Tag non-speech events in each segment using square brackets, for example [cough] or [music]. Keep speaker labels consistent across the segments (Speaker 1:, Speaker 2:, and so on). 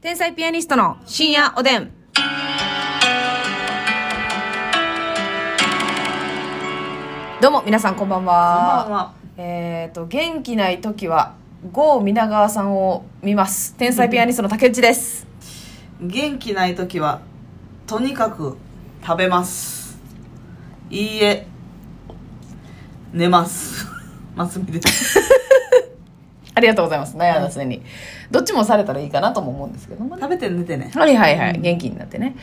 Speaker 1: 天才ピアニストの深夜おでん。どうも皆さんこんばんは。
Speaker 2: こんばんは
Speaker 1: えっ、と元気ない時は郷皆川さんを見ます。天才ピアニストの竹内です。
Speaker 2: 元気ない時はとにかく食べますいいえ寝ます [laughs] ますみです
Speaker 1: ありがとうございます。悩んだ末に、どっちもされたらいいかなとも思うんですけどもね。
Speaker 2: 食べて寝てね
Speaker 1: はいはいはい、元気になってね。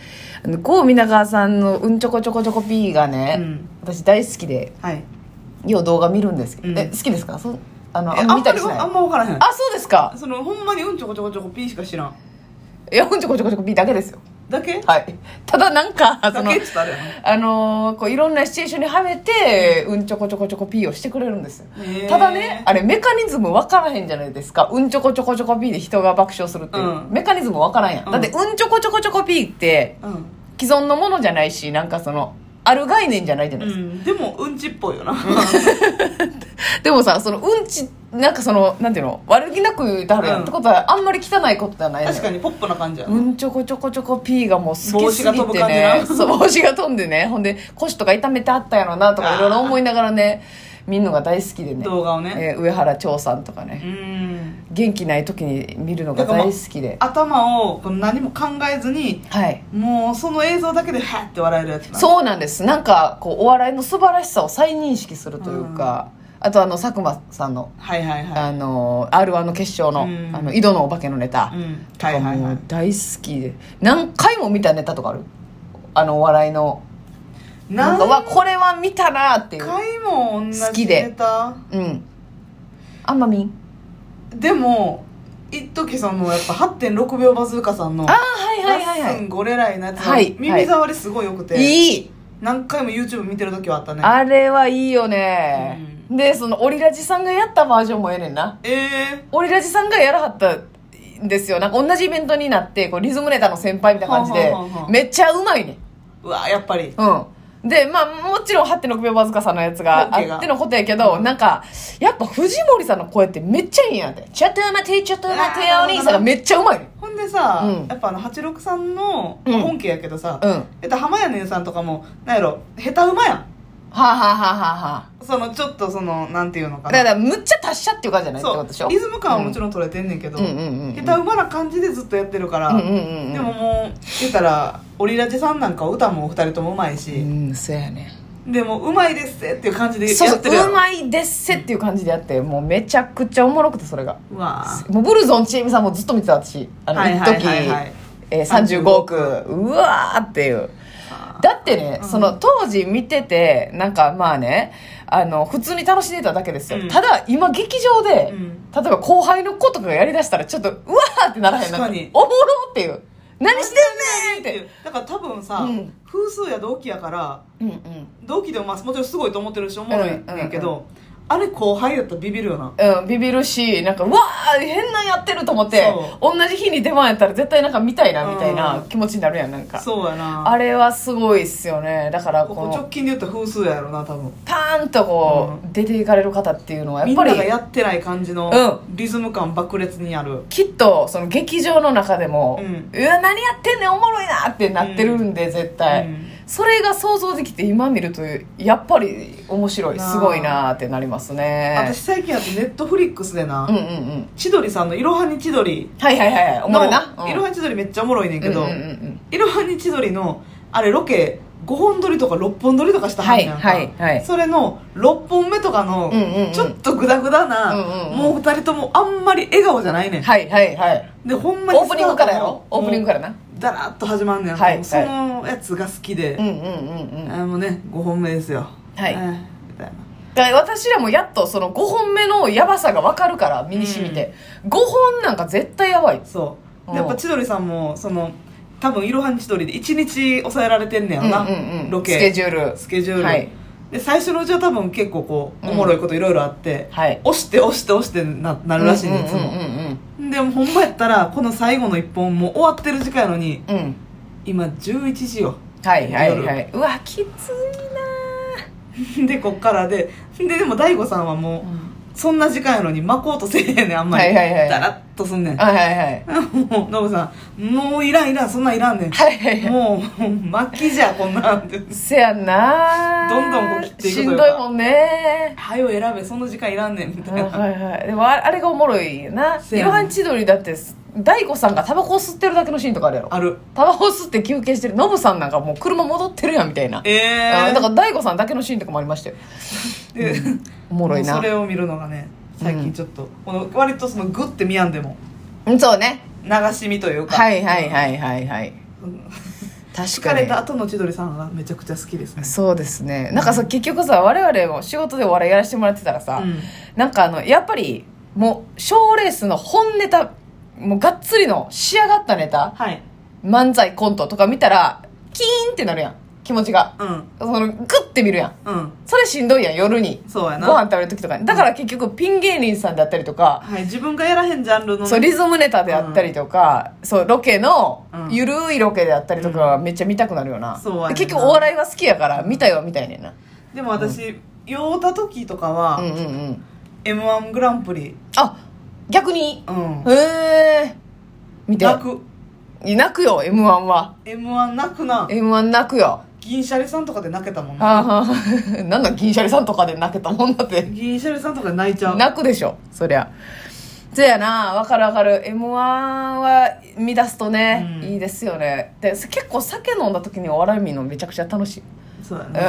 Speaker 1: あの郷皆川さんのうんちょこちょこちょこピーがね、
Speaker 2: うん
Speaker 1: 私大好きで。
Speaker 2: はい
Speaker 1: よう動画見るんですけど、
Speaker 2: うん
Speaker 1: え好きですかそあの
Speaker 2: え
Speaker 1: あんま見たりしない
Speaker 2: あ
Speaker 1: あ
Speaker 2: んま分からへん
Speaker 1: そうですか
Speaker 2: そのほんまにうんちょこちょこちょこピーしか知らん
Speaker 1: いやうんちょこちょこちょこ B だけですよ
Speaker 2: だけ
Speaker 1: はいただなんかそ
Speaker 2: だ
Speaker 1: の
Speaker 2: けっつったらあれやな
Speaker 1: あのーこういろんなシチュエーションにはめて、うん、ちょこちょこちょこ P をしてくれるんですよ
Speaker 2: へー
Speaker 1: ただねあれメカニズム分からへんじゃないですかうんちょこちょこちょこ P で人が爆笑するっていう、
Speaker 2: うん
Speaker 1: メカニズム分からんやん、
Speaker 2: うん
Speaker 1: だってうんちょこちょこちょこ P って
Speaker 2: うん
Speaker 1: 既存のものじゃないしなんかそのある概念じゃないじゃな
Speaker 2: う
Speaker 1: いですか、
Speaker 2: ん、でもうんちっぽいよな
Speaker 1: でもさそのうんちなんかそのなんていうの悪気なく言うてはるやん、
Speaker 2: うん
Speaker 1: ってことはあんまり汚いことじゃないのよ
Speaker 2: [laughs] 確かにポップな感じやな、
Speaker 1: うんちょこちょこちょこ P がもう好きすぎ
Speaker 2: 帽子が飛ぶ
Speaker 1: て
Speaker 2: 感じ
Speaker 1: ね [laughs]
Speaker 2: な
Speaker 1: そう帽子が飛んでねほんで腰とか痛めてあったやろなとかいろいろ思いながらね見るのが大好きでね
Speaker 2: 動画をね
Speaker 1: えー上原長さんとかね
Speaker 2: うん
Speaker 1: 元気ない時に見るのが大好きで、
Speaker 2: 頭をこの何も考えずに
Speaker 1: はい
Speaker 2: もうその映像だけでハッって笑えるやつな
Speaker 1: そうなんですなんかこうお笑いの素晴らしさを再認識するというか、あとあの佐久間さんの、
Speaker 2: はいはいは
Speaker 1: あの r 1の決勝の
Speaker 2: うん
Speaker 1: 「あの井戸のお化け」のネタ、
Speaker 2: いうん
Speaker 1: と
Speaker 2: はい
Speaker 1: か
Speaker 2: はいは
Speaker 1: も
Speaker 2: いう
Speaker 1: 大好きで何回も見たネタとかあるあのお笑いのなんか
Speaker 2: 何
Speaker 1: わこれは見たなっていう
Speaker 2: 回も同じ
Speaker 1: 好きで
Speaker 2: ネタ
Speaker 1: うんあんまみん
Speaker 2: でも一時そのやっぱ8.6秒バズーカさんの
Speaker 1: ああはいはいはいは
Speaker 2: ラッス
Speaker 1: い
Speaker 2: ンゴレライのやつ
Speaker 1: は
Speaker 2: はい耳障りすごい良くて、
Speaker 1: いい
Speaker 2: 何回も YouTube 見てる時はあったね
Speaker 1: あれはいいよね、でそのオリラジさんがやったバージョンもええねんな
Speaker 2: ええ
Speaker 1: オリラジさんがやらはったんですよなんか同じイベントになってこうリズムネタの先輩みたいな感じで
Speaker 2: はあはあはあはあ
Speaker 1: めっちゃうまいねん
Speaker 2: ー、うわやっぱり
Speaker 1: うん。で、まあ、もちろん8.6秒バズかさんのやつが
Speaker 2: 本家が
Speaker 1: あってのことやけど、なんか、やっぱ藤森さんの声ってめっちゃいいんやって。ちょっと待て、ちょっと待てよ、お兄さんがめっちゃうまいね。
Speaker 2: ほんでさ、
Speaker 1: うん
Speaker 2: やっぱあの86さんの
Speaker 1: うん
Speaker 2: 本家やけどさ、
Speaker 1: うん。は
Speaker 2: えっと浜谷姉さんとかもなんやろ下手馬やん
Speaker 1: あ、はあはあはあは
Speaker 2: そのちょっとそのなんていうの
Speaker 1: あ、
Speaker 2: か
Speaker 1: だ
Speaker 2: な
Speaker 1: から、むっちゃ達者っていう感じじゃないってことでし
Speaker 2: そ
Speaker 1: ょ
Speaker 2: うリズム感はもちろん取れてんねんけど、
Speaker 1: うんうんうんうん。
Speaker 2: 下手馬な感じでずっとやってるから、
Speaker 1: うんうんうんうん。
Speaker 2: でももう言ったらオリラジさんなんか歌もお二人ともうまいし、
Speaker 1: うん、そうやね。
Speaker 2: でもうまいですってっていう感じで
Speaker 1: そう
Speaker 2: や
Speaker 1: そ
Speaker 2: ってるや
Speaker 1: う、
Speaker 2: ろ
Speaker 1: うまいですせっていう感じでやって、もうめちゃくちゃおもろくて、それが。
Speaker 2: うわー
Speaker 1: もうブルゾンちえみさんもずっと見てた私あの
Speaker 2: はい
Speaker 1: 一
Speaker 2: はい
Speaker 1: 時、
Speaker 2: はいはい
Speaker 1: えー、35億うわーっていう
Speaker 2: あ
Speaker 1: だってね、
Speaker 2: うん
Speaker 1: その当時見ててなんかまあねあの普通に楽しんでただけですよ、
Speaker 2: うん
Speaker 1: ただ今劇場で、
Speaker 2: うん
Speaker 1: 例えば後輩の子とかがやりだしたらちょっとうわーってならへんな
Speaker 2: 確かに
Speaker 1: おもろっていう何してんねんって
Speaker 2: ってだから多分さ、
Speaker 1: うん
Speaker 2: 風数や同期やから
Speaker 1: うんうん
Speaker 2: 同期でもまあもちろんすごいと思ってるしおもろい
Speaker 1: うんうん
Speaker 2: ねんけど、あれ後輩やったらビビるよな
Speaker 1: うん、ビビるし、なんか、うわー変なんやってると思って、同じ日に出番やったら絶対なんか見たいな、みたいな気持ちになるやん、なんか。
Speaker 2: そうやな
Speaker 1: あれはすごいっすよねだから
Speaker 2: こ
Speaker 1: こ
Speaker 2: こ直
Speaker 1: の
Speaker 2: 近で言ったら風数やろな多分
Speaker 1: パーンとこう、出ていかれる方っていうのはや
Speaker 2: み
Speaker 1: っ
Speaker 2: ん
Speaker 1: ぱ
Speaker 2: なが
Speaker 1: り
Speaker 2: やってない感じの
Speaker 1: う
Speaker 2: リズム感爆裂にある、
Speaker 1: きっとその劇場の中でも「う
Speaker 2: うん
Speaker 1: わ何やってんねんおもろいな!」ってなってるんで、絶対、
Speaker 2: うん
Speaker 1: それが想像できて今見るとやっぱり面白い
Speaker 2: なあ
Speaker 1: すごいなってなりますね
Speaker 2: 私最近やってネットフリックスでな、
Speaker 1: うんうんうん
Speaker 2: 千鳥さんの「いろはに千鳥
Speaker 1: はいはいはいはいおも
Speaker 2: の」
Speaker 1: ろいな、うん、
Speaker 2: いろはに千鳥めっちゃおもろいねんけ
Speaker 1: う
Speaker 2: ど
Speaker 1: んうんうんうん
Speaker 2: いろはに千鳥のあれロケ5本撮りとか6本撮りとかしたはんやんか、
Speaker 1: はいはいはい
Speaker 2: それの6本目とか
Speaker 1: う
Speaker 2: の
Speaker 1: んうんうん
Speaker 2: ちょっとグダグダな、
Speaker 1: うんうんうん
Speaker 2: もう2人ともあんまり笑顔じゃないねん、
Speaker 1: はいはいはい
Speaker 2: でほんまに
Speaker 1: オープニングからやろオープニングかららな
Speaker 2: だらっと始まんねん、
Speaker 1: はいはい
Speaker 2: そのやつが好きで
Speaker 1: う、んうんうんうん
Speaker 2: あもうね5本目ですよ
Speaker 1: はい
Speaker 2: えーみたいな
Speaker 1: だから私らもやっとその5本目のやばさが分かるから身にしみて、5本なんか絶対やばい
Speaker 2: そ
Speaker 1: う
Speaker 2: う
Speaker 1: ん
Speaker 2: でやっぱ千鳥さんもその多分いろはに千鳥で1日抑えられてんねやろな、ロケ
Speaker 1: スケジュール
Speaker 2: スケジュール、
Speaker 1: はい
Speaker 2: で最初のうちは多分結構こう
Speaker 1: うん
Speaker 2: おもろいこといろいろあって、
Speaker 1: はい
Speaker 2: 押して押して押してななるらしいねいつ
Speaker 1: うん
Speaker 2: もでもほんまやったらこの最後の一本もう終わってる時間やのに
Speaker 1: うんうんうんうん
Speaker 2: 今11時よ [laughs]
Speaker 1: はいはいはいうわきつい
Speaker 2: でこっからでででも大悟さんはもう
Speaker 1: な
Speaker 2: そんな時間やのに巻こうとせえへんねんあんまり、
Speaker 1: はいはいはい
Speaker 2: だらっとすんねん
Speaker 1: はいはいはい
Speaker 2: [laughs] もうノブさんもういらんいらんそんなんいらんねん
Speaker 1: はいはいはい
Speaker 2: もうもう巻きじゃこんなんで
Speaker 1: せやんな
Speaker 2: どんどんこう切っていくと
Speaker 1: し
Speaker 2: いうんか
Speaker 1: どいもんね
Speaker 2: はよ選べその時間いらんねんみたい
Speaker 1: はい
Speaker 2: な
Speaker 1: はいはいでもああれがおもろいよな
Speaker 2: せ
Speaker 1: い
Speaker 2: や
Speaker 1: ろ
Speaker 2: ね
Speaker 1: はん千鳥だって大悟さんがタバコを吸ってるだけのシーンとかあるやろ
Speaker 2: ある
Speaker 1: タバコを吸って休憩してるノブさんなんかもう車戻ってるやんみたいな、
Speaker 2: ええ
Speaker 1: あ
Speaker 2: ー、
Speaker 1: だから大悟さんだけのシーンとかもありましたよ
Speaker 2: で
Speaker 1: おもろい
Speaker 2: もう
Speaker 1: な
Speaker 2: それを見るのがね最近ちょっと、この割とそのグッて見やんでも
Speaker 1: うんそうね
Speaker 2: 流し見というか
Speaker 1: はいはいはいはいはい
Speaker 2: うん
Speaker 1: 確
Speaker 2: 疲
Speaker 1: か
Speaker 2: れ
Speaker 1: に
Speaker 2: た後の千鳥さんがめちゃくちゃ好きですね
Speaker 1: そうですねなんかさ結局さ我々も仕事でお笑いやらせてもらってたらさ、
Speaker 2: うん
Speaker 1: なんかあのやっぱりもう賞レースの本ネタもうがっつりの仕上がったネタ
Speaker 2: はい
Speaker 1: 漫才コントとか見たらキーンってなるやん気持ちが
Speaker 2: うん
Speaker 1: そのグッて見るやん
Speaker 2: うん
Speaker 1: それしんどいやん夜に
Speaker 2: そうや
Speaker 1: ご
Speaker 2: な
Speaker 1: 飯食べる時とかにだから結局ピン芸人さんだったりとか、
Speaker 2: はい自分がやらへんジャンルのね
Speaker 1: そうリズムネタであったりとか、そうロケの
Speaker 2: うん
Speaker 1: ゆるいロケであったりとかはめっちゃ見たくなるよな、
Speaker 2: そうやねんな
Speaker 1: 結局お笑いが好きやから見たいは見たいねんな
Speaker 2: でも私酔うた時とか
Speaker 1: うん
Speaker 2: は
Speaker 1: うんうん
Speaker 2: m 1グランプリ
Speaker 1: あ逆に
Speaker 2: うん
Speaker 1: へえ見て
Speaker 2: 泣く
Speaker 1: 泣くよ m 1は
Speaker 2: m 1泣くな
Speaker 1: m 1泣くよ
Speaker 2: 銀シャリさんとかで泣けたもんな
Speaker 1: はあは [laughs] あなんだ銀シャリさんとかで泣けたもんだって
Speaker 2: 銀シャリさんとかで泣いちゃう
Speaker 1: 泣くでしょそりゃそうやなわかるわかる m 1は見出すとね、
Speaker 2: うん
Speaker 1: いいですよねで結構酒飲んだ時にお笑い見るのめちゃくちゃ楽しい、
Speaker 2: そうや
Speaker 1: うん
Speaker 2: ね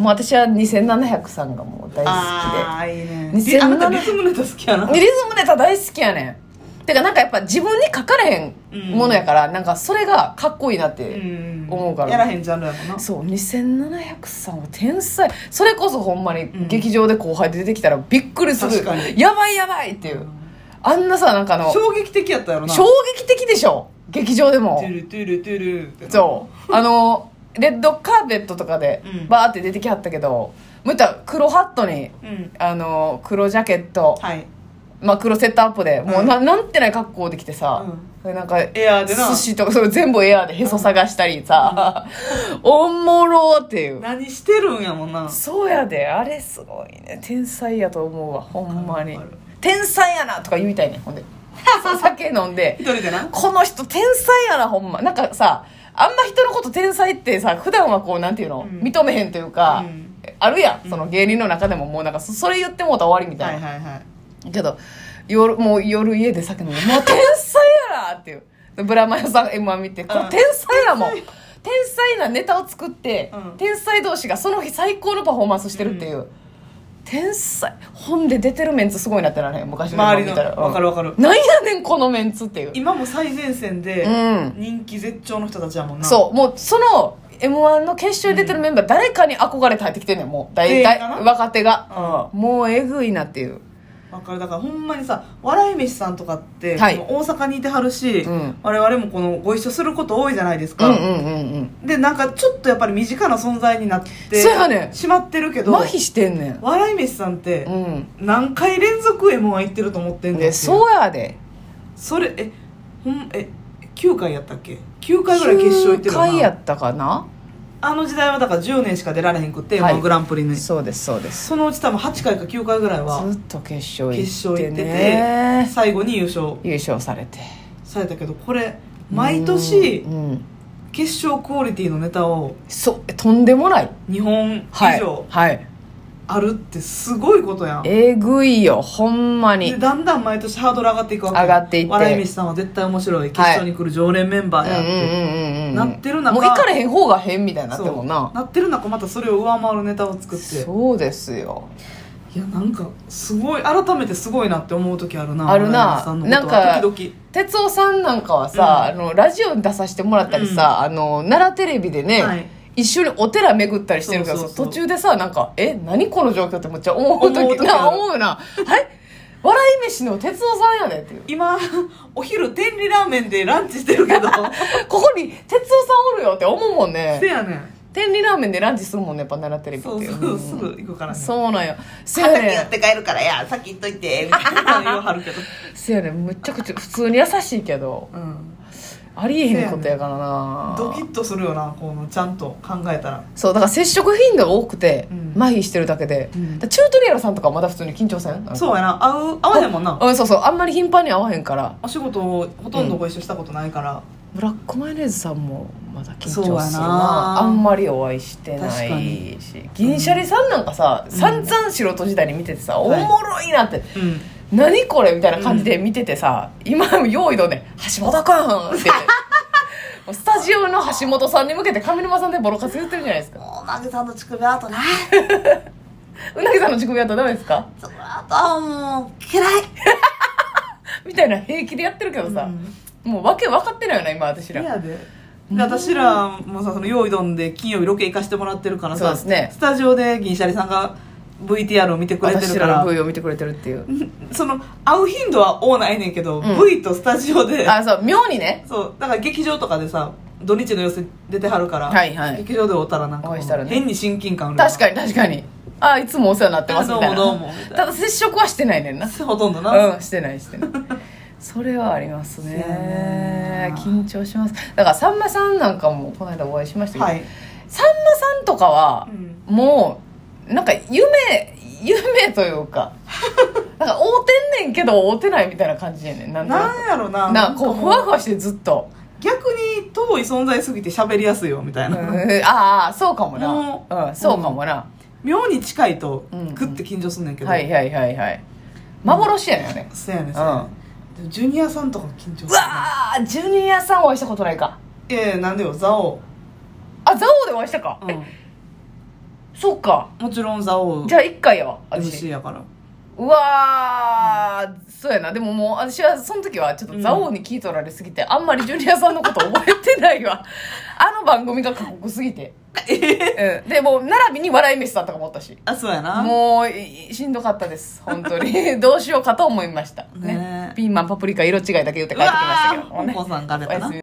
Speaker 1: もう私は2700さんがもう大好
Speaker 2: ああいいね
Speaker 1: 2007
Speaker 2: あなたリズムネタ好きやな
Speaker 1: きでリズムネタ大好きやねんてかなんかやっぱ自分に書かれへんものやから、なんかそれがかっこいいなって、
Speaker 2: ん
Speaker 1: 思うから
Speaker 2: やらへんジャンルやもんな
Speaker 1: そう2700さんは天才それこそほんまに
Speaker 2: ん
Speaker 1: 劇場で後輩で出てきたらびっくりする、
Speaker 2: 確かに
Speaker 1: やばいやばいっていうあんなさなんかあの
Speaker 2: 衝撃的やったやろな
Speaker 1: 衝撃的でしょ劇場でも
Speaker 2: トゥルトゥルトゥルってな
Speaker 1: そうあのレッドカーペットとかで
Speaker 2: うん
Speaker 1: バーって出てきはったけど、もう言ったら黒ハットに
Speaker 2: うん
Speaker 1: あの黒ジャケット、
Speaker 2: はい
Speaker 1: まあ、黒セットアップでもうな,、ん、なんてない格好できてさ、
Speaker 2: う
Speaker 1: でなんか
Speaker 2: エアーでな
Speaker 1: 寿司とかそれ全部エアーでへそ探したりさ、おもろーっていう
Speaker 2: 何してるんやもんな
Speaker 1: そうやであれすごいね天才やと思うわほんまに
Speaker 2: わかるわか
Speaker 1: 天才やなとか言いたいねんほんでそう酒飲んで
Speaker 2: 一人でな
Speaker 1: この人天才やなほんまなんかさあんま人のこと天才ってさ普段はこうなんていうの、
Speaker 2: うん
Speaker 1: 認めへんというか、
Speaker 2: うん
Speaker 1: あるやんその芸人の中でももうなんかそそれ言ってもうたら終わりみた
Speaker 2: はいい
Speaker 1: な、
Speaker 2: はいはい
Speaker 1: けど夜もう夜家で酒飲んでもう天才やなっていうでブラマヨさん m 1見てこれ
Speaker 2: うん
Speaker 1: 天才やもん天才なネタを作って、
Speaker 2: うん
Speaker 1: 天才同士がその日最高のパフォーマンスしてるっていう、天才本で出てるメンツすごいなってならへん昔の
Speaker 2: 周
Speaker 1: M1
Speaker 2: りの
Speaker 1: 見たら
Speaker 2: わかるわかる
Speaker 1: うんなんやねんこのメンツっていう
Speaker 2: 今も最前線で
Speaker 1: うん
Speaker 2: 人気絶頂の人たちやもんな
Speaker 1: そうもうその m 1の決勝に出てるメンバー誰かに憧れて入ってきてんねんもう大
Speaker 2: 全員か
Speaker 1: 体
Speaker 2: な
Speaker 1: 若手が、もうえぐいなっていう
Speaker 2: わかるだからほんまにさ笑い飯さんとかって、
Speaker 1: はい
Speaker 2: この大阪にいてはるし、
Speaker 1: うん
Speaker 2: 我々もこのご一緒すること多いじゃないです
Speaker 1: う
Speaker 2: か、
Speaker 1: んうんうんうん
Speaker 2: でなんかちょっとやっぱり身近な存在になって
Speaker 1: そうやねん
Speaker 2: しまってるけど
Speaker 1: 麻痺してんねん
Speaker 2: 笑い飯さんって
Speaker 1: うん
Speaker 2: 何回連続 m 1行ってると思ってんねん
Speaker 1: でそうやで
Speaker 2: それえほんえ9回やったっけ9回ぐらい決勝行ってる
Speaker 1: 9
Speaker 2: よな
Speaker 1: 回やったかな
Speaker 2: あの時代はだから10年しか出られへんくって、
Speaker 1: はい
Speaker 2: まあグランプリに
Speaker 1: そうですそうです
Speaker 2: そのうち多分8回か9回ぐらいは
Speaker 1: ずっと決勝
Speaker 2: 決
Speaker 1: 行っ
Speaker 2: 勝
Speaker 1: て
Speaker 2: 行ってて
Speaker 1: ね
Speaker 2: 最後に優勝
Speaker 1: 優勝されて
Speaker 2: されたけどこれ毎年
Speaker 1: うんうん
Speaker 2: 決勝クオリティのネタを
Speaker 1: そうとんでもない
Speaker 2: 2本
Speaker 1: は
Speaker 2: 以
Speaker 1: い
Speaker 2: 上
Speaker 1: はい
Speaker 2: あるってすごいことやん、
Speaker 1: えぐいよほんまに
Speaker 2: でだんだん毎年ハードル上がっていくわけ
Speaker 1: 上がっていって
Speaker 2: 笑い飯さんは絶対面白い決勝に来る常連メンバーやって、
Speaker 1: うん
Speaker 2: なってる
Speaker 1: も
Speaker 2: 中
Speaker 1: う行かれへん方が変みたいになってもん
Speaker 2: そう
Speaker 1: な
Speaker 2: なってる中またそれを上回るネタを作って
Speaker 1: そうですよ
Speaker 2: いやなんかすごい改めてすごいなって思う時あるな
Speaker 1: あるな
Speaker 2: 笑い飯さんのことは
Speaker 1: なんか
Speaker 2: 時々
Speaker 1: 哲夫さんなんかはさ、あのラジオに出させてもらったりさ、あの奈良テレビでね、
Speaker 2: はい
Speaker 1: 一緒にお寺巡ったりしてるけどさ
Speaker 2: そうそうそう
Speaker 1: 途中でさなんか「え何この状況?」ってめっちゃ思う時
Speaker 2: 思う時あ
Speaker 1: な
Speaker 2: る
Speaker 1: [laughs] 思うな「はい笑い飯の哲夫さんやで」っていう [laughs]
Speaker 2: 今 [laughs] お昼天理ラーメンでランチして
Speaker 1: [laughs]
Speaker 2: るけど
Speaker 1: ここに哲夫さんおるよって思うもん
Speaker 2: せ
Speaker 1: ね
Speaker 2: やねん
Speaker 1: 天理ラーメンでランチするもんねやっぱ奈良テレビ
Speaker 2: そ
Speaker 1: っ
Speaker 2: う
Speaker 1: て
Speaker 2: そう
Speaker 1: うん
Speaker 2: すぐ行くからね
Speaker 1: そうなんよせや
Speaker 2: 畑
Speaker 1: ね
Speaker 2: や
Speaker 1: ん
Speaker 2: って帰るからや [laughs] さっき言っといてみたいな言わはるけど
Speaker 1: せやねんむっちゃくちゃ普通に優しいけど
Speaker 2: うん
Speaker 1: ありえへんことやからな
Speaker 2: ドキッとするよなこのちゃんと考えたら
Speaker 1: そうだから接触頻度が多くて、
Speaker 2: うん
Speaker 1: 麻痺してるだけで、
Speaker 2: うん
Speaker 1: だからチュートリアルさんとかはまだ普通に緊張せんなんか
Speaker 2: そうやな会う会わへんもんな
Speaker 1: うんそうそうあんまり頻繁に会わへんから
Speaker 2: お仕事をほとんどご一緒したことないから、
Speaker 1: ブラックマヨネーズさんもまだ緊張す
Speaker 2: そう
Speaker 1: る
Speaker 2: や
Speaker 1: な
Speaker 2: な
Speaker 1: あんまりお会いしてな
Speaker 2: 確かに
Speaker 1: いし銀シャリさんなんかさ、散々素人時代に見ててさ、
Speaker 2: はい
Speaker 1: おもろいなって
Speaker 2: うん
Speaker 1: 何これみたいな感じで見ててさ、今も用意のね橋本君って
Speaker 2: [laughs]
Speaker 1: もうスタジオの橋本さんに向けて上沼さんでボロカス言ってるじゃないですか
Speaker 2: もうなぎさんの乳首アートな
Speaker 1: うなぎさんの乳首やったらダメですか
Speaker 2: そのアートはもう嫌い
Speaker 1: みたいな平気でやってるけどさ、もう訳分かってないよな今私
Speaker 2: 嫌
Speaker 1: ら
Speaker 2: やでで私らもさその用意どんで金曜日ロケ行かしてもらってるからさ
Speaker 1: そうですね
Speaker 2: スタジオで銀シャリさんが VTR を見てくれてる
Speaker 1: 私
Speaker 2: から
Speaker 1: の
Speaker 2: ら
Speaker 1: V を見てくれてるっていう
Speaker 2: その会う頻度は多ないねんけど、
Speaker 1: ん
Speaker 2: V とスタジオで
Speaker 1: あそう妙にね
Speaker 2: そうだから劇場とかでさ土日の寄せ出てはるから、
Speaker 1: はいはい
Speaker 2: 劇場で会うたらなんか
Speaker 1: お会いしたらね
Speaker 2: 変に親近感ある
Speaker 1: 確かに確かにあいつもお世話になってますみたいな
Speaker 2: あどうもどうも
Speaker 1: ただ接触はしてないねんな
Speaker 2: にほとんどな、
Speaker 1: うんしてないしてないそれはあります
Speaker 2: そうやね
Speaker 1: ね緊張しますだからさんまさんなんかもこの間お会いしましたけど、
Speaker 2: はい、
Speaker 1: さんまさんとかは
Speaker 2: うん
Speaker 1: もうなんか夢夢というか
Speaker 2: [laughs]
Speaker 1: なんか会うてんねんけど会うてないみたいな感じやねんなんとな
Speaker 2: なん
Speaker 1: く
Speaker 2: やろな
Speaker 1: なんかこう
Speaker 2: なんか
Speaker 1: ふ
Speaker 2: も
Speaker 1: わふわしてずっと、
Speaker 2: 逆に遠い存在すぎて喋りやすいよみたいな、
Speaker 1: うんああそうかも
Speaker 2: もう
Speaker 1: な、うん、そうかもな、
Speaker 2: 妙に近いと
Speaker 1: うんうん
Speaker 2: グッて緊張すんねんけど、
Speaker 1: はいはいはいはい幻やねんあれ
Speaker 2: そうやねん
Speaker 1: う
Speaker 2: そうやねん
Speaker 1: ん
Speaker 2: でもジュニアさんとか緊張する
Speaker 1: うわージュニアさんお会いしたことないか
Speaker 2: いやいやなんでよザオ、
Speaker 1: あ蔵王でお会いしたか、
Speaker 2: うん
Speaker 1: そうか
Speaker 2: もちろんザオ
Speaker 1: じゃあ1回やわ私
Speaker 2: MC やから
Speaker 1: うわーそうやなでももう私はその時はちょっと蔵王に聞いとられすぎて、あんまりジュニアさんのこと覚えてない
Speaker 2: [laughs]
Speaker 1: わあの番組が過酷すぎてうん、でもう並びに笑い飯だったかもおったし
Speaker 2: あそうやな
Speaker 1: もういしんどかったです本当に [laughs] どうしようかと思いましたね
Speaker 2: ねえ
Speaker 1: ピーマンパプリカ色違いだけ言って
Speaker 2: う
Speaker 1: 帰ってきましたけ
Speaker 2: わ
Speaker 1: ど
Speaker 2: ー香港さんから
Speaker 1: お
Speaker 2: か
Speaker 1: やす
Speaker 2: な
Speaker 1: み